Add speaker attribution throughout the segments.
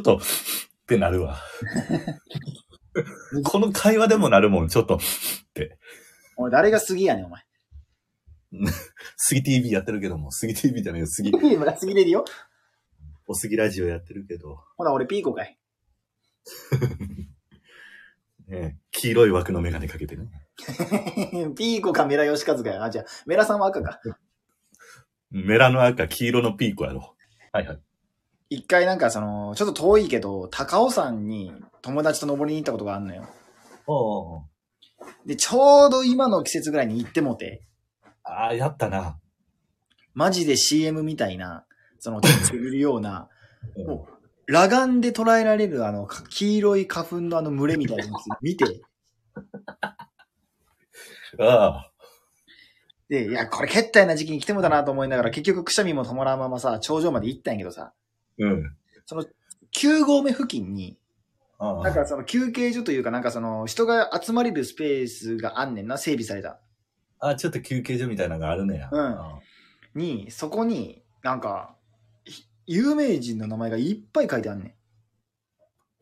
Speaker 1: っと、ってなるわ。 この会話でもなるもん、ちょっと。
Speaker 2: おい、誰が杉やねん、お前。
Speaker 1: 杉 TV やってるけども、杉 TV じゃないよ、杉、
Speaker 2: いやまだ杉レディオ
Speaker 1: お杉ラジオやってるけど、
Speaker 2: ほら、俺ピーコかい。
Speaker 1: ね、黄色い枠のメガネかけてね。
Speaker 2: ピーコかメラヨシカズかよ。あ、じゃあ、メラさんは赤か。
Speaker 1: メラの赤、黄色のピーコやろ。はいはい。
Speaker 2: 一回なんかその、ちょっと遠いけど、高尾山に友達と登りに行ったことがあんのよ。
Speaker 1: おう
Speaker 2: で、ちょうど今の季節ぐらいに行ってもうて、
Speaker 1: ああ、やったな。
Speaker 2: マジで CM みたいな、その、手作るような、お裸眼で捉えられるあの、か黄色い花粉のあの群れみたいなやつ見て、
Speaker 1: ああ、
Speaker 2: で、いや、これ、けったいな時期に来てもだなと思いながら、結局、くしゃみも止まらんままさ、頂上まで行ったんやけどさ、
Speaker 1: うん。
Speaker 2: その、9合目付近に、
Speaker 1: ああ
Speaker 2: なんかその休憩所というか、なんかその、人が集まれるスペースがあんねんな、整備された。
Speaker 1: あ、ちょっと休憩所みたいなのがあるねや。
Speaker 2: うん
Speaker 1: あ
Speaker 2: に、そこに、なんか、ひ有名人の名前がいっぱい書いてあんねん。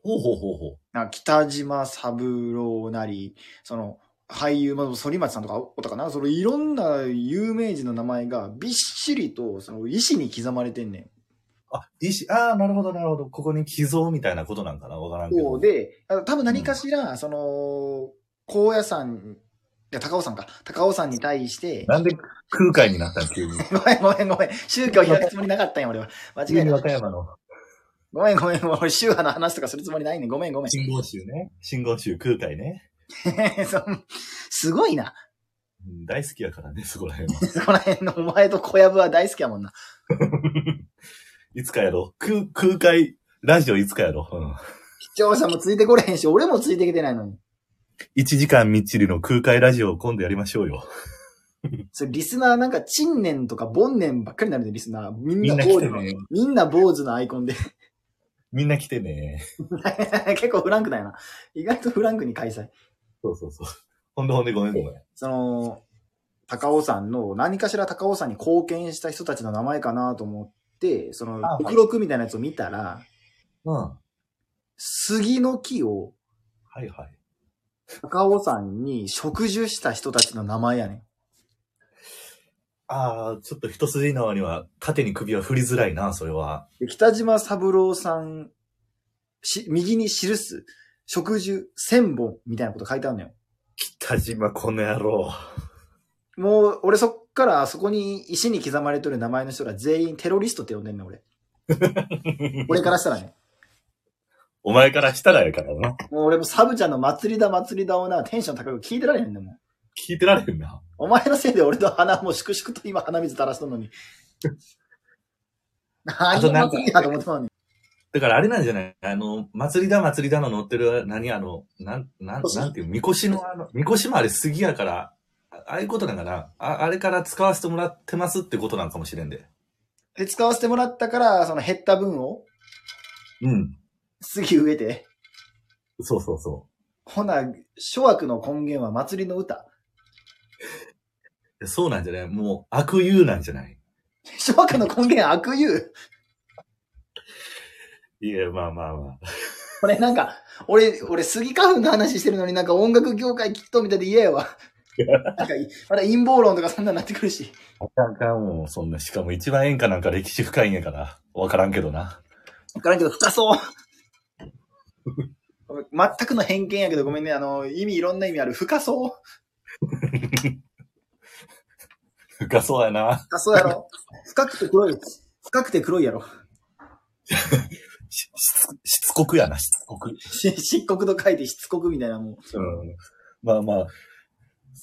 Speaker 1: ほうほうほうほう。
Speaker 2: なんか北島三郎なり、その、俳優、まあ、反町さんとかおったかな、その、いろんな有名人の名前が、びっしりと、その、石に刻まれてんねん。
Speaker 1: あ、石、ああ、なるほど、なるほど。ここに寄贈みたいなことなんかなわからんけ
Speaker 2: そ
Speaker 1: ど。
Speaker 2: うで、あ多分何かしら、その、高野山、いや、高尾山か。高尾山に対して、
Speaker 1: なんで空海になったん急に。
Speaker 2: ごめんごめんごめん。宗教開くつもりなかったんや、俺は。間
Speaker 1: 急
Speaker 2: 違え
Speaker 1: に
Speaker 2: た。
Speaker 1: 和歌山の
Speaker 2: ごめんごめん。俺、宗派の話とかするつもりないねん。ごめんごめん。
Speaker 1: 信号集ね。信号集空海ね。
Speaker 2: そのすごいな。
Speaker 1: うん大好きやからね、そこら辺は。
Speaker 2: そこら辺のお前と小籔は大好きやもんな。
Speaker 1: いつかやろう。空、空海、ラジオいつかやろう。うん。
Speaker 2: 視聴者もついてこれへんし、俺もついてきてないのに。
Speaker 1: 1時間みっちりの空海ラジオを今度やりましょうよ。
Speaker 2: それリスナーなんか、陳年とか凡年ばっかりになるで、リスナー。みん
Speaker 1: みん
Speaker 2: な
Speaker 1: な来
Speaker 2: 坊
Speaker 1: て
Speaker 2: 主の、
Speaker 1: ね。
Speaker 2: みんな坊主のアイコンで。
Speaker 1: みんな来てね。
Speaker 2: 結構フランクだよな。意外とフランクに開催。
Speaker 1: そうそうそう。ほんでほんでごめんごめん。
Speaker 2: その、高尾山の、何かしら高尾山に貢献した人たちの名前かなと思って、その
Speaker 1: あ、はい
Speaker 2: 目録みたいなやつを見たら、
Speaker 1: うん。は
Speaker 2: 杉の木を
Speaker 1: いはい。
Speaker 2: 高尾山に植樹した人たちの名前やねん。
Speaker 1: ああ、ちょっと一筋縄には縦に首は振りづらいな、それは。
Speaker 2: で北島三郎さん、し、右に記す、植樹千本みたいなこと書いてあるのよ。
Speaker 1: 北島この野郎。
Speaker 2: もう、俺そっから、そこに石に刻まれてる名前の人ら全員テロリストって呼んでん の、俺。俺からしたらね。
Speaker 1: お前からしたらやからな。
Speaker 2: もう俺もサブちゃんの祭りだ祭りだをな、テンション高く聞いてられへんねんもん。
Speaker 1: 聞いてられへんな。
Speaker 2: お前のせいで俺と鼻もう粛々と今鼻水垂らしとんのに。何
Speaker 1: とな
Speaker 2: の
Speaker 1: んか
Speaker 2: 祭りやと思ってたのに。
Speaker 1: だからあれなんじゃないあの、祭りだ祭りだの乗ってる、何あの、なん、なん、
Speaker 2: そうそう
Speaker 1: なんていう、みこしのあの、みこしもあれ杉やから、あああいうことなんかなあ、あれから使わせてもらってますってことなんかもしれんで。
Speaker 2: で、使わせてもらったから、その減った分を
Speaker 1: うん。
Speaker 2: 次植えて。
Speaker 1: そうそうそ
Speaker 2: ほな、諸悪の根源は祭りの歌。
Speaker 1: う。そうなんじゃないもう、悪友なんじゃない
Speaker 2: 諸悪の根源は悪友。
Speaker 1: いや、まあまあまあ。
Speaker 2: これなんか、俺、俺、杉花粉の話してるのになんか音楽業界きっとみたいで嫌やわ。なんか、まだ陰謀論とかそんなんなってくるし。
Speaker 1: あかんあかんもう、そんな、しかも一番演歌なんか歴史深いんやから、わからんけどな。
Speaker 2: わからんけど、深そう。全くの偏見やけど、ごめんね。あの、意味、いろんな意味ある。深そう。
Speaker 1: 深そうやな。
Speaker 2: 深そうやろ。深くて黒い。深くて黒いやろ。
Speaker 1: し、しつ、しつこくやな、しつこく。
Speaker 2: し漆黒と書いて、しつこくみたいなもん。
Speaker 1: うんまあまあ、